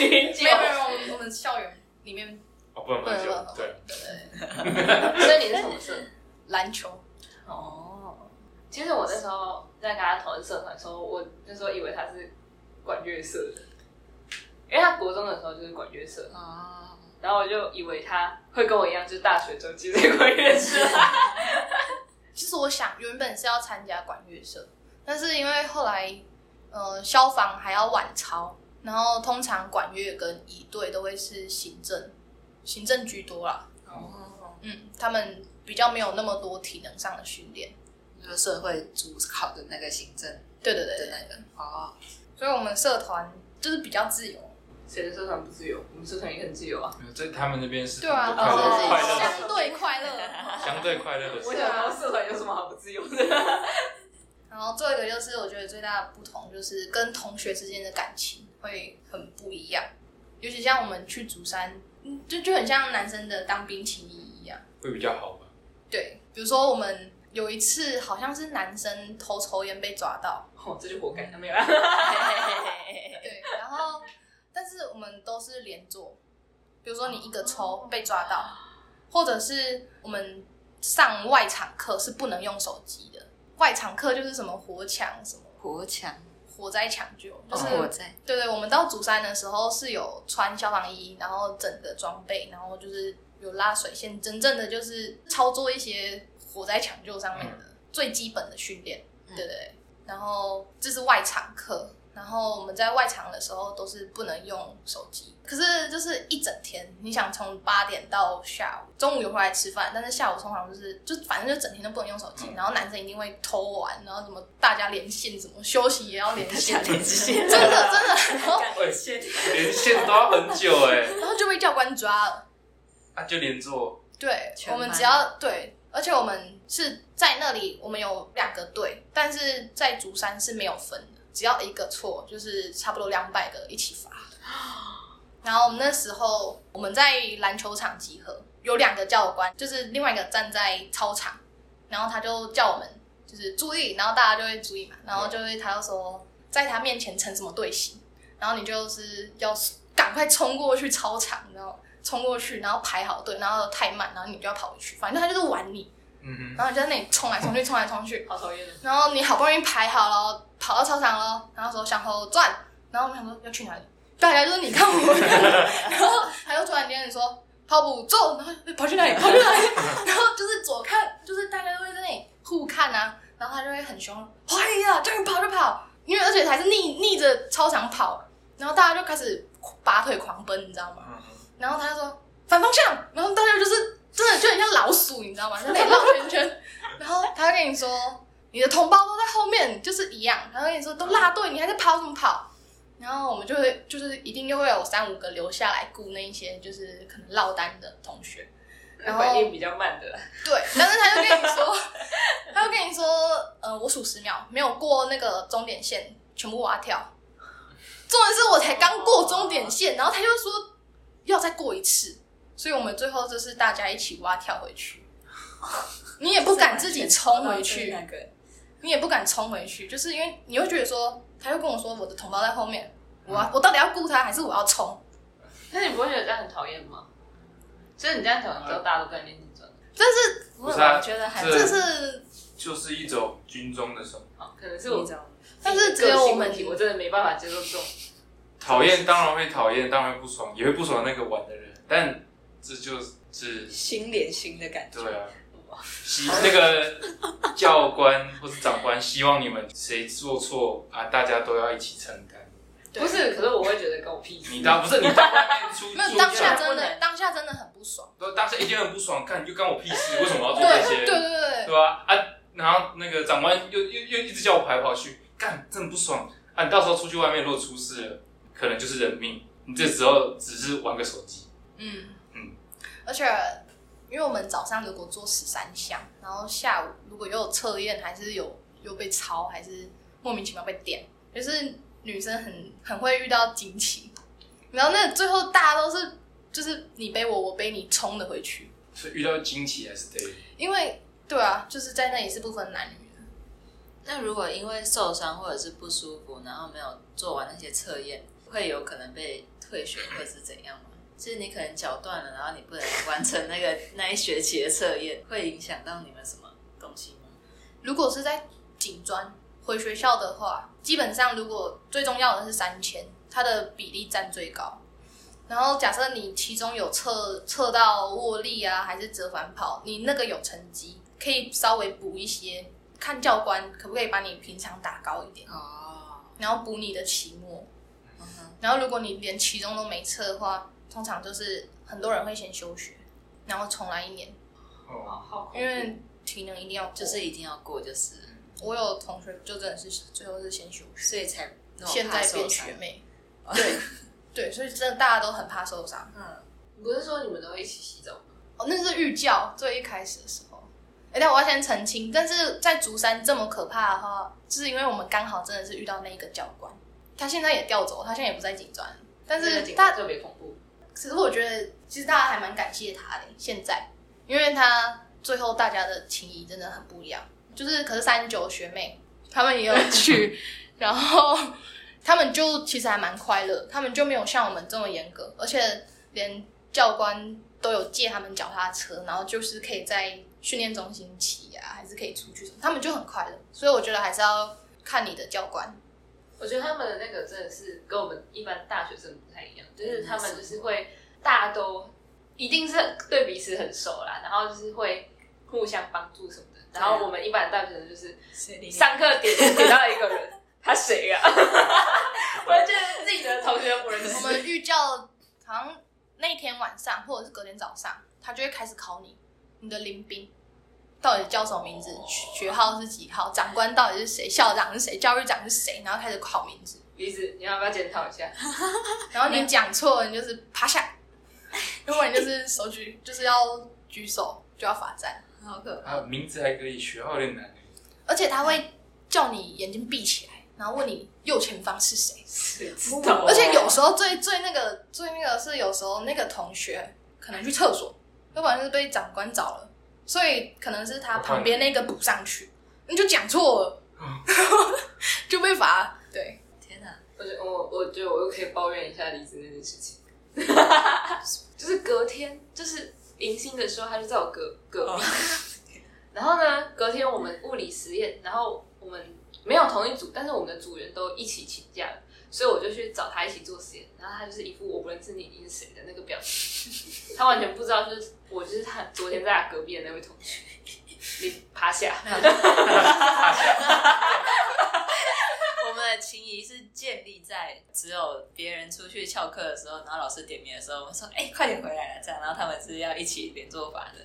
Speaker 3: 没
Speaker 4: 没有没有，没有我们我们校园里面
Speaker 1: 哦，不能喝
Speaker 4: 不能
Speaker 1: 酒
Speaker 4: 喝，
Speaker 1: 对，
Speaker 3: 所以你是什么社？
Speaker 4: 篮球，
Speaker 2: 哦，
Speaker 3: 其实我那时候在跟他讨论社团的时候，我那时候以为他是管乐社的，因为他国中的时候就是管乐社的，
Speaker 2: 哦，
Speaker 3: 然后我就以为他会跟我一样，就是大学就进入管乐社。
Speaker 4: 其实我想原本是要参加管乐社，但是因为后来呃消防还要晚操，然后通常管乐跟仪队都会是行政行政居多啦，
Speaker 2: 哦，
Speaker 4: 嗯，他们比较没有那么多体能上的训练。
Speaker 2: 就是社会主考的那个行政
Speaker 4: 对对
Speaker 2: 的
Speaker 4: 对对，
Speaker 2: 那个哦，
Speaker 4: 所以我们社团就是比较自由，
Speaker 3: 谁的社团不自由？我们社团也很自由啊。
Speaker 1: 在他们那边是
Speaker 4: 对啊，
Speaker 1: 快乐
Speaker 3: 哦
Speaker 1: 快乐
Speaker 4: 相对快乐。
Speaker 1: 的相对快乐的
Speaker 3: 我
Speaker 1: 事，
Speaker 3: 想说社团有什么好不自由的？
Speaker 4: 然后最后一个就是，我觉得最大的不同就是跟同学之间的感情会很不一样，尤其像我们去竹山，嗯就就很像男生的当兵情谊一样。
Speaker 1: 会比较好吧？
Speaker 4: 对，比如说我们有一次好像是男生偷抽烟被抓到，
Speaker 3: 哦，这就活该，没有 啦。
Speaker 2: 哦
Speaker 4: 对，然后但是我们都是连坐，比如说你一个抽被抓到，或者是我们上外场课是不能用手机的，外场课就是什么火抢什么。
Speaker 2: 国强
Speaker 4: 火灾抢救，就
Speaker 2: 就是
Speaker 1: 哦
Speaker 2: 我在
Speaker 4: 对对，我们到竹山的时候是有穿消防衣，然后整个装备，然后就是有拉水线，真正的就是操作一些火灾抢救上面的最基本的训练，
Speaker 2: 嗯
Speaker 4: 对对对。然后这是外场课，然后我们在外场的时候都是不能用手机，可是就是一整天，你想从八点到下午，中午有回来吃饭，但是下午通常就是就反正就整天都不能用手机，
Speaker 1: 嗯
Speaker 4: 然后男生一定会偷玩，然后什么大家连线，什么休息也要连线，
Speaker 2: 连线
Speaker 4: 真的真的，然后
Speaker 1: 喂，连线都要很久哎，
Speaker 4: 然后就被教官抓了。
Speaker 1: 啊，就连坐，
Speaker 4: 对，
Speaker 2: 全
Speaker 4: 我
Speaker 2: 班
Speaker 4: 们只要对，而且我们是在那里，我们有两个队，但是在竹山是没有分的，只要一个错就是差不多两百个一起 罚。然后我们那时候我们在篮球场集合，有两个教官，就是另外一个站在操场，然后他就叫我们就是注意，然后大家就会注意嘛，然后就会他就说在他面前成什么队形，然后你就是要赶快冲过去操场，然后冲过去，然后排好队，然后太慢，然后你就要跑回去，反正他就是玩你，
Speaker 1: 嗯
Speaker 4: 然后你就在那里冲来冲去，冲来冲去，
Speaker 3: 好讨厌哦。
Speaker 4: 然后你好不容易排好了，跑到操场了，然后说向后转，然后我们想说要去哪里，大家就是你看我， 然后他又突然间说跑步走，然后跑去哪里跑去哪里，然后就是左看，就是大家都会在那里互看啊，然后他就会很凶，哎呀，叫你跑就跑，因为而且还是逆逆着操场跑，然后大家就开始拔腿狂奔，你知道吗？
Speaker 1: 哼，
Speaker 4: 然后他就说反方向，然后大家就是真的就很像老鼠，你知道吗？在那里绕圈圈。然后他会跟你说，你的同胞都在后面，就是一样。他会跟你说都落队，你还在跑什么跑？然后我们就会就是一定就会有三五个留下来顾那一些就是可能落单的同学。然后
Speaker 3: 反应比较慢的啦，
Speaker 4: 对，但是他就跟你说，他就跟你说，呃，我数十秒，没有过那个终点线，全部蛙跳。重点是我才刚过终点线，然后他就说要再过一次，所以我们最后就是大家一起蛙跳回去。你也不敢自己冲回去，
Speaker 2: 那个
Speaker 4: 你也不敢冲回去，就是因为你会觉得说，他就跟我说我的同胞在后面，我要我到底要顾他还是我要冲？
Speaker 3: 呃但是你不会觉得这样很讨厌吗？所以你这样讲，你知道大家都跟你竞争，
Speaker 4: 但是
Speaker 2: 不
Speaker 1: 不是啊
Speaker 2: 我觉得还
Speaker 1: 对
Speaker 4: 这
Speaker 1: 这
Speaker 4: 是
Speaker 1: 就是一种军中的生活。
Speaker 3: 可能是我
Speaker 2: 一种
Speaker 4: 但是只有
Speaker 3: 个
Speaker 4: 我们
Speaker 3: 性问题，我真的没办法接受这种。
Speaker 1: 讨厌当然会讨厌，当然会不爽，也会不爽那个玩的人，但这就是
Speaker 5: 心连心的感觉。
Speaker 1: 对啊。希那个教官或是长官希望你们谁做错啊，大家都要一起承担。
Speaker 4: 对
Speaker 3: 不是，可是我会觉得狗屁。
Speaker 1: 你当不是你到外面出
Speaker 4: 没有
Speaker 1: 出
Speaker 4: 当
Speaker 1: 去
Speaker 4: 下
Speaker 1: 啊
Speaker 4: 真
Speaker 3: 不
Speaker 4: 的
Speaker 3: 能
Speaker 4: 当下真的很不爽。
Speaker 1: 都当时一定很不爽，看就干我屁 事，为什么要做
Speaker 4: 对
Speaker 1: 这些？
Speaker 4: 对对对
Speaker 1: 对吧、啊？然后那个长官又又又一直叫我跑来跑去，干，真的不爽啊！你到时候出去外面如果出事了，可能就是人命。你这时候只是玩个手机，
Speaker 4: 嗯
Speaker 1: 嗯
Speaker 4: 而且因为我们早上如果做十三项，然后下午如果又有测验，还是有又被抄，还是莫名其妙被点，就是女生很很会遇到惊奇。然后那最后大家都是就是你背我，我背你，冲的回去，
Speaker 1: 所以遇到惊奇还是得
Speaker 4: 因为对啊，就是在那里是不分男女的。
Speaker 2: 那如果因为受伤或者是不舒服，然后没有做完那些测验，会有可能被退学或者是怎样吗？就是你可能脚断了，然后你不能完成那个那一学期的测验，会影响到你们什么东西吗？
Speaker 4: 如果是在警专回学校的话，基本上如果最重要的是三千，它的比例占最高。然后假设你其中有测测到握力啊，还是折返跑，你那个有成绩，可以稍微补一些，看教官可不可以把你平常打高一点，
Speaker 2: 哦，
Speaker 4: 然后补你的期末。
Speaker 2: 嗯哼
Speaker 4: 然后如果你连期中都没测的话，通常就是很多人会先休学，然后重来一年，
Speaker 1: 哦，
Speaker 3: 好好恐怖，
Speaker 4: 因为体能一定要过
Speaker 2: 就是一定要过，就是
Speaker 4: 我有同学就真的是最后是先休学，
Speaker 2: 所以才那种
Speaker 4: 现
Speaker 2: 怕
Speaker 4: 在
Speaker 2: 受
Speaker 4: 变
Speaker 2: 伤
Speaker 4: 学妹。 对对，所以真的大家都很怕受伤。
Speaker 2: 嗯，
Speaker 3: 不是说你们都会一起洗澡吗？
Speaker 4: 哦，那是寓教最一开始的时候。哎、但我要先澄清，但是在竹山这么可怕的话，就是因为我们刚好真的是遇到那一个教官，他现在也调走，他现在也不在警专，但
Speaker 3: 那个
Speaker 4: 是
Speaker 3: 景
Speaker 4: 他
Speaker 3: 观特别恐怖。
Speaker 4: 其实我觉得，其实大家还蛮感谢他的，现在，因为他最后大家的情谊真的很不一样。就是，可是三九学妹他们也有去，然后他们就其实还蛮快乐，他们就没有像我们这么严格，而且连教官都有借他们脚踏车，然后就是可以在训练中心骑啊，还是可以出去什么，他们就很快乐。所以我觉得还是要看你的教官。
Speaker 3: 我觉得他们的那个真的是跟我们一般大学生不太一样，就是他们就是会大家都一定是对彼此很熟啦，然后就是会互相帮助什么的。然后我们一般大学生就是
Speaker 5: 谁理你
Speaker 3: 上课点点到一个人，他谁呀、啊？ 我就觉得自己的同学不认
Speaker 4: 我
Speaker 3: 识。
Speaker 4: 们预教好像那天晚上或者是隔天早上，他就会开始考你，你的林兵到底叫什么名字，学号是几号，长官到底是谁，校长是谁，教育长是谁，然后开始考名字，
Speaker 3: 李子，你要不要检讨一下？
Speaker 4: 然后你讲错了，你就是趴下，如果你就是手举，就是要举手就要罚站，
Speaker 2: 好可怕。
Speaker 1: 啊，名字还可以，学号有点难。
Speaker 4: 而且他会叫你眼睛闭起来，然后问你右前方是谁。
Speaker 3: 谁知道啊
Speaker 4: 而
Speaker 1: 哦
Speaker 4: 且有时候最最那个最那个是有时候那个同学可能去厕所，要不然就是被长官找了，所以可能是他旁边那个补上去，你就讲错了，
Speaker 1: 哦
Speaker 4: 就被罚。对，
Speaker 2: 天哪，
Speaker 3: 我觉得我我觉得我又可以抱怨一下离职那件事情， 就是隔天，就是迎新的时候，他就在我隔隔壁。 然后呢，隔天我们物理实验，然后我们没有同一组，但是我们的组员都一起请假了，所以我就去找他一起做实验。然后他就是一副我不认识你，你是谁的那个表情， 他完全不知道，就是我就是他昨天在他隔壁的那位同学。你趴下，
Speaker 2: 我们的情谊是建立在只有别人出去翘课的时候，然后老师点名的时候，我们说：“哎、快点回来了！”这样，然后他们是要一起连坐法的。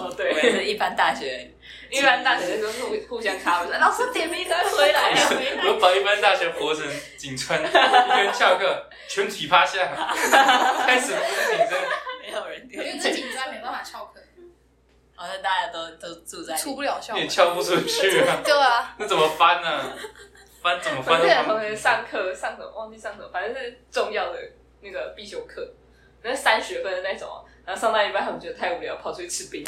Speaker 3: 哦
Speaker 2: 我们是一般大学，
Speaker 3: 一般大学生都是互互相 cover，老师点名该回来啊了，回来 了
Speaker 1: 我把一般大学活成景川，一个人翘课，全体趴下， 开始不是挺身，
Speaker 2: 没有人
Speaker 4: 因为自己在没办法翘课，
Speaker 2: 好像大家都都住在
Speaker 4: 出不了校
Speaker 1: 你也
Speaker 4: 门。
Speaker 1: 翘不出去 啊，
Speaker 4: 对啊，
Speaker 1: 那怎么翻呢、翻怎么
Speaker 3: 我
Speaker 1: 翻
Speaker 3: 之
Speaker 1: 都翻
Speaker 3: 前同
Speaker 1: 不
Speaker 3: 学
Speaker 1: 出去。
Speaker 3: 上课上什么忘记上什么，反正是重要的那个必修课，那是三学分的那种哦、然后上到一半，他们觉得太无聊，跑出去吃冰，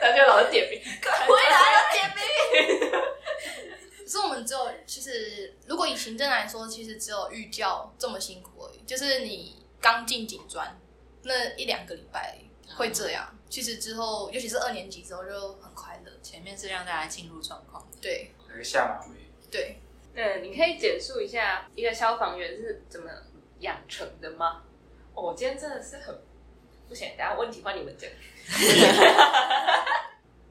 Speaker 3: 然后就老是点名，
Speaker 2: 回来了，姐妹。
Speaker 4: 可是我们只有就是如果以行政来说，其实只有预教这么辛苦而已，就是你刚进警专那一两个礼拜会这样，其实之后，尤其是二年级之后就很快乐。
Speaker 2: 前面是让大家进入状况，
Speaker 4: 对
Speaker 1: 来个下马威。
Speaker 4: 对，
Speaker 3: 嗯，你可以简述一下一个消防员是怎么养成的吗？哦，我今天真的是很不行，等一下问题换你们讲。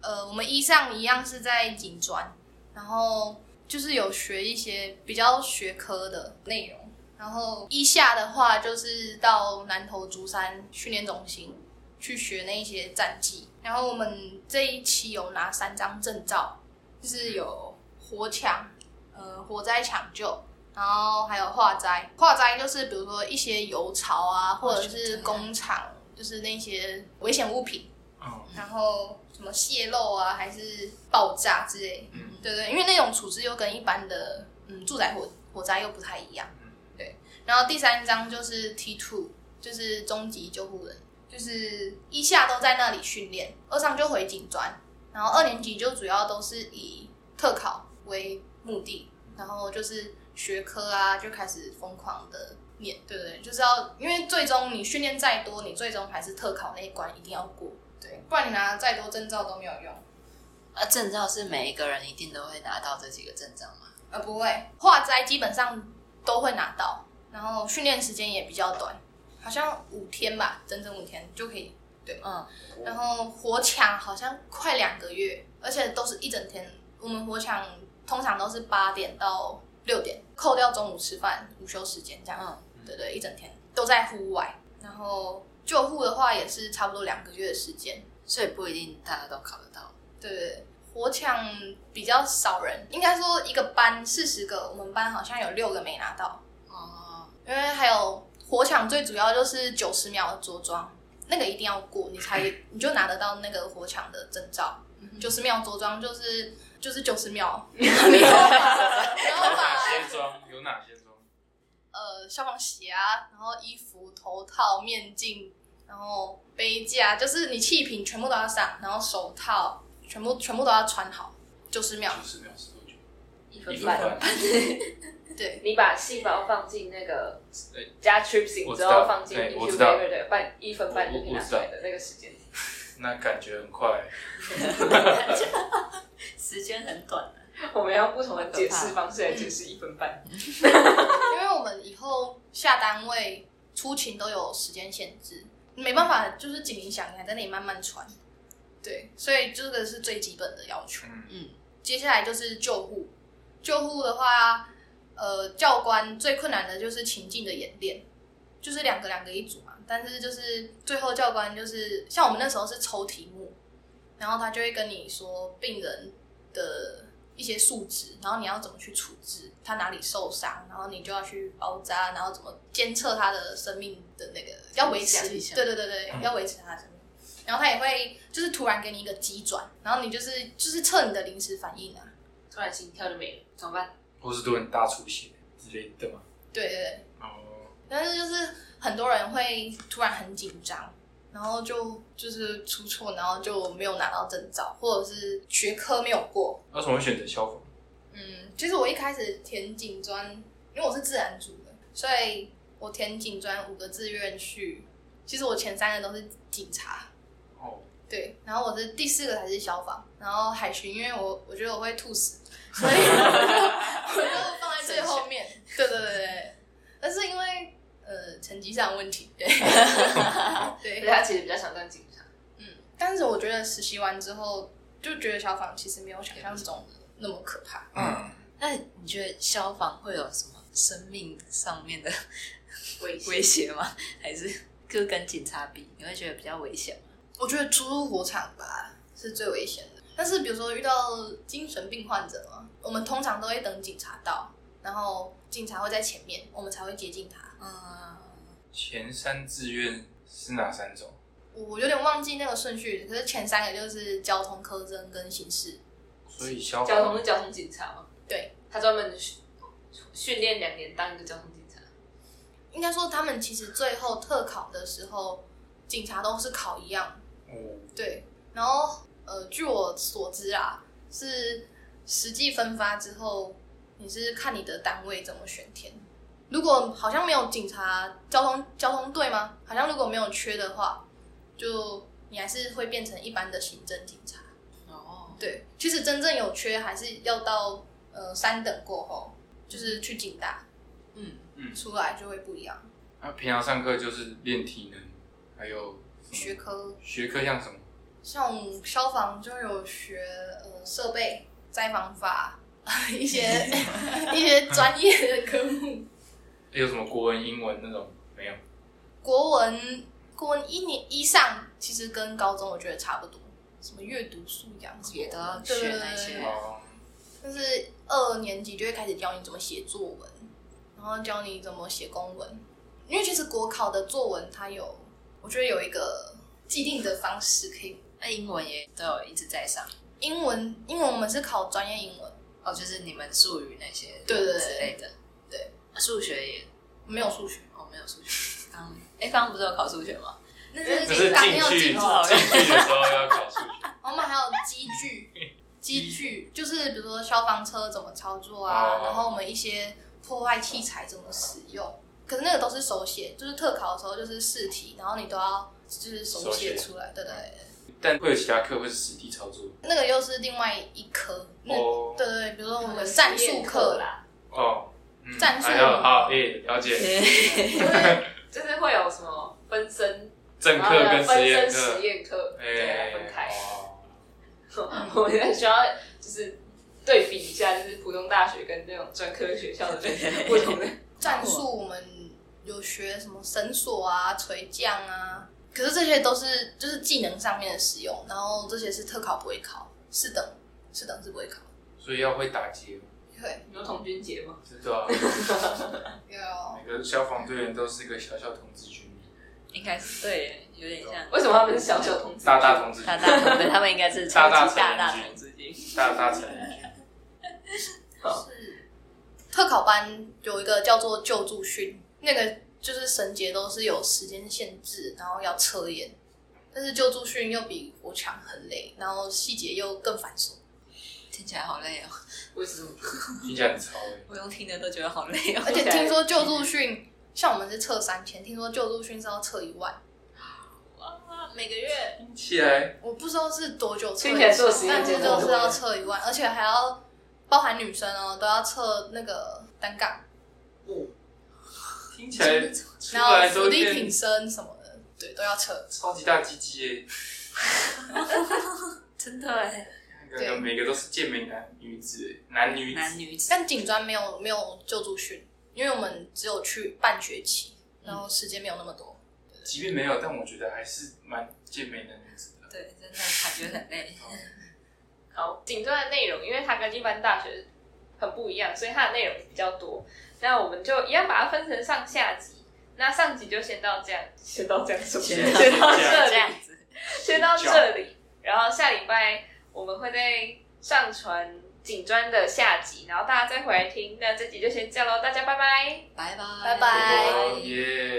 Speaker 4: 呃，我们一上一样是在警专，然后就是有学一些比较学科的内容。然后一下的话，就是到南投竹山训练中心去学那一些战技。然后我们这一期有拿三张证照，就是有火抢、呃火灾抢救，然后还有化灾。化灾就是比如说一些油槽啊，或者是工厂，就是那些危险物品，
Speaker 3: 哦
Speaker 1: 嗯
Speaker 4: 然后什么泄漏啊，还是爆炸之类。
Speaker 1: 嗯
Speaker 4: 对对，因为那种处置又跟一般的嗯住宅火火灾又不太一样。
Speaker 1: 嗯
Speaker 4: 然后第三章就是 T two，就是终极救护人，就是一下都在那里训练，二上就回警专，然后二年级就主要都是以特考为目的，然后就是学科啊就开始疯狂的念，对对对，就是要因为最终你训练再多，你最终还是特考那一关一定要过，对，不然你拿再多证照都没有用。
Speaker 2: 啊，证照是每一个人一定都会拿到这几个证照吗？
Speaker 4: 呃，不会，化斋基本上都会拿到，然后训练时间也比较短，好像五天吧，整整五天就可以。
Speaker 2: 嗯，
Speaker 4: 然后火抢好像快两个月，而且都是一整天。我们火抢通常都是八点到六点，扣掉中午吃饭、午休时间这样。
Speaker 2: 嗯
Speaker 4: 对对，一整天都在户外。然后救护的话也是差不多两个月的时间。
Speaker 2: 所以不一定大家都考得到。
Speaker 4: 对，火抢比较少人，应该说一个班四十个，我们班好像有六个没拿到，
Speaker 2: 哦，
Speaker 4: 因为还有火抢最主要就是九十秒的着装，那个一定要过，你才你就拿得到那个火抢的证照。九十秒着装就是就是九十秒，你有把你有
Speaker 1: 有哪
Speaker 4: 把
Speaker 1: 些装？有哪些装？
Speaker 4: 呃消防鞋啊，然后衣服、头套、面镜，然后杯架，就是你气瓶全部都要上，然后手套全部全部都要穿好，九十秒。
Speaker 1: 九十秒是多久？
Speaker 3: 一
Speaker 1: 一分半。
Speaker 4: 对，
Speaker 3: 你把细胞放进那个
Speaker 1: 对
Speaker 3: 加 trypsin
Speaker 1: 我知
Speaker 3: 之
Speaker 1: 道
Speaker 3: 后放进
Speaker 1: 对我知
Speaker 3: incubator
Speaker 1: 道
Speaker 3: 的半一分半就可以
Speaker 1: 我我
Speaker 3: 拿
Speaker 1: 我
Speaker 3: 出
Speaker 1: 知道
Speaker 3: 来的那个时间，
Speaker 1: 那感觉很快。
Speaker 2: 时间很短啊
Speaker 3: 我们用不同的解释方式来解释一分半。
Speaker 4: 因为我们以后下单位出勤都有时间限制，没办法，就是警铃响，你还在那里慢慢穿。对，所以这个是最基本的要求。
Speaker 1: 嗯，
Speaker 2: 嗯，
Speaker 4: 接下来就是救护，救护啊的话，呃，教官最困难的就是情境的演练，就是两个两个一组嘛。但是就是最后教官就是像我们那时候是抽题目，然后他就会跟你说病人的一些数值，然后你要怎么去处置，他哪里受伤，然后你就要去包扎，然后怎么监测他的生命的那个要维持
Speaker 2: 影，响
Speaker 4: 对对对对，要维持他的生命。然后他也会就是突然给你一个急转，然后你就是就是测你的临时反应啊，
Speaker 3: 突然心跳就没了，怎么办？
Speaker 1: 或是多人大出血之类的嘛。
Speaker 4: 对对对。
Speaker 1: 哦，
Speaker 4: 但是就是很多人会突然很紧张，然后就就是出错，然后就没有拿到证照，或者是学科没有过。
Speaker 1: 为什么会选择消防？
Speaker 4: 嗯，其实我一开始填警专，因为我是自然组的，所以我填警专五个志愿序，其实我前三个都是警察。
Speaker 1: 哦，
Speaker 4: 对，然后我是第四个才是消防，然后海巡，因为我我觉得我会吐死，所以 我就放在最后面。对对对对，但是因为呃成绩上的问题，对
Speaker 3: 对
Speaker 4: 对，
Speaker 3: 他其实比较想当警察，
Speaker 4: 嗯，但是我觉得实习完之后就觉得消防其实没有想象中的那么可怕。
Speaker 1: 嗯，
Speaker 2: 那你觉得消防会有什么生命上面的
Speaker 3: 危险
Speaker 2: 威胁吗？ 还是就跟警察比，你会觉得比较危险吗？
Speaker 4: 我觉得出入火场吧是最危险的。但是比如说遇到精神病患者嘛，我们通常都会等警察到，然后警察会在前面，我们才会接近他。
Speaker 2: 嗯，
Speaker 1: 前三志愿是哪三种？
Speaker 4: 我有点忘记那个顺序，可是前三个就是交通科侦跟刑事。
Speaker 1: 所以消
Speaker 3: 交通
Speaker 1: 防
Speaker 3: 是交通警察吗？
Speaker 4: 对，
Speaker 3: 他专门训训练两年当一个交通警察。
Speaker 4: 应该说他们其实最后特考的时候，警察都是考一样。
Speaker 1: 哦，
Speaker 4: 对，然后呃，据我所知啊，是实际分发之后，你是看你的单位怎么选填。如果好像没有警察交通交通队吗？好像如果没有缺的话，就你还是会变成一般的行政警察。
Speaker 2: 哦，
Speaker 4: 对，其实真正有缺还是要到呃三等过后，就是去警大
Speaker 2: 嗯，
Speaker 4: 出来就会不一样。
Speaker 1: 那、啊平常上课就是练体能，还有什
Speaker 4: 学
Speaker 1: 么
Speaker 4: 科
Speaker 1: 学科像什么？
Speaker 4: 像我们消防就有学呃设备、灾防法 一些一些专业的科目。
Speaker 1: 有什么国文、英文那种没有？
Speaker 4: 国文国文一年一上其实跟高中我觉得差不多，什么阅读素养什么
Speaker 2: 也都要
Speaker 4: 对
Speaker 2: 学那些
Speaker 4: 对
Speaker 1: 哦，
Speaker 4: 但是二年级就会开始教你怎么写作文，然后教你怎么写公文，因为其实国考的作文它有，我觉得有一个既定的方式可以。
Speaker 2: 那英文也都有一直在上，
Speaker 4: 英文，英文我们是考专业英文，
Speaker 2: 哦，就是你们术语那些
Speaker 4: 对对对
Speaker 2: 之类的，啊
Speaker 4: 对，
Speaker 2: 数学也
Speaker 4: 没有数学。
Speaker 2: 哦没有数 学，刚哎刚刚不是有考数学吗？
Speaker 4: 那
Speaker 1: 那
Speaker 4: 是
Speaker 1: 是
Speaker 4: 刚
Speaker 1: 进
Speaker 4: 要
Speaker 1: 去进
Speaker 4: 进
Speaker 1: 去
Speaker 4: 去，
Speaker 1: 的时候要考数学
Speaker 4: 我们还有机具，机具就是比如说消防车怎么操作啊，
Speaker 1: 哦
Speaker 4: 然后我们一些破坏器材怎么使用，可是那个都是手写，就是特考的时候就是试题，然后你都要就是手写出来，对对对。
Speaker 1: 但会有其他课会是实地操作
Speaker 4: 那个又是另外一科，那、
Speaker 1: 哦
Speaker 4: 嗯对对对，比如说我们战术课，
Speaker 3: 啦，
Speaker 1: 哦。嗯
Speaker 4: 战术
Speaker 1: 还有好，诶、了解。
Speaker 3: 就是会有什么分身，
Speaker 1: 政
Speaker 3: 然
Speaker 1: 课
Speaker 3: 后呢
Speaker 1: 跟实
Speaker 3: 分
Speaker 1: 验
Speaker 3: 身实
Speaker 1: 课，
Speaker 3: 验课，
Speaker 1: 诶
Speaker 3: 对，分开。
Speaker 1: 哦
Speaker 3: 我们需要就是对比一下，就是普通大学跟这种专科学 校的不同的。
Speaker 4: 战术我们有学什么绳索啊、垂降啊，可是这些都是就是技能上面的使用，然后这些是特考不会考，四等四等是不会考，
Speaker 1: 所以要会打结，
Speaker 4: 对，
Speaker 3: 你有童军节吗？
Speaker 1: 知道、啊？
Speaker 4: 有
Speaker 1: 每个消防队员都是一个小小童子军，
Speaker 2: 应该是对耶，有点 像
Speaker 3: 为什么他们是小小童子？
Speaker 1: 大大童子军，
Speaker 2: 大大同对，他们应该是超
Speaker 1: 大大
Speaker 2: 级大大
Speaker 1: 成人
Speaker 2: 同之间。
Speaker 1: 大大成人军。
Speaker 4: 是特考班有一个叫做救助训，那个就是绳结都是有时间限制，然后要测验，但是救助训又比国强很累，然后细节又更繁琐。
Speaker 2: 听起来好累哦，
Speaker 3: 为什么？
Speaker 1: 听起来很潮诶、
Speaker 2: 我用听的都觉得好累哦。
Speaker 4: 而且听说救助训，像我们是测三千，听说救助训是要测一万，
Speaker 2: 哇， 每个月
Speaker 1: 听起来
Speaker 4: 我不知道是多久测一
Speaker 3: 听起来
Speaker 4: 次
Speaker 3: 做实，验
Speaker 4: 但是
Speaker 3: 真的
Speaker 4: 就
Speaker 3: 很
Speaker 4: 是
Speaker 3: 多
Speaker 4: 要测一万，而且还要包含女生哦，都要测那个单杠，
Speaker 1: 听起来出
Speaker 4: 然后
Speaker 1: 来
Speaker 4: 伏
Speaker 1: 都
Speaker 4: 地
Speaker 1: 变
Speaker 4: 挺身什么的，对，都要测。
Speaker 1: 超级大鸡鸡诶、
Speaker 2: 真的哎，
Speaker 1: 那个每个都是健美男女子诶、男女
Speaker 2: 男
Speaker 1: 子。
Speaker 2: 女子
Speaker 4: 但警专没有没有救助训，因为我们只有去半学期，然后时间没有那么多。
Speaker 1: 即便没有，但我觉得还是蛮健美的女子的。
Speaker 2: 对，真的感觉很累。
Speaker 3: 好，警专的内容，因为它跟一般大学很不一样，所以它的内容比较多。那我们就一样把它分成上下集。那上集就先到这样，先到这样，先
Speaker 2: 先
Speaker 3: 先到这
Speaker 2: 这
Speaker 3: 里
Speaker 2: 样，子，
Speaker 3: 先到这里。然后下礼拜我们会再上传警专的下集，然后大家再回来听。那这集就先这样喽，大家拜拜。
Speaker 2: 拜拜
Speaker 4: 拜拜
Speaker 1: 哦耶、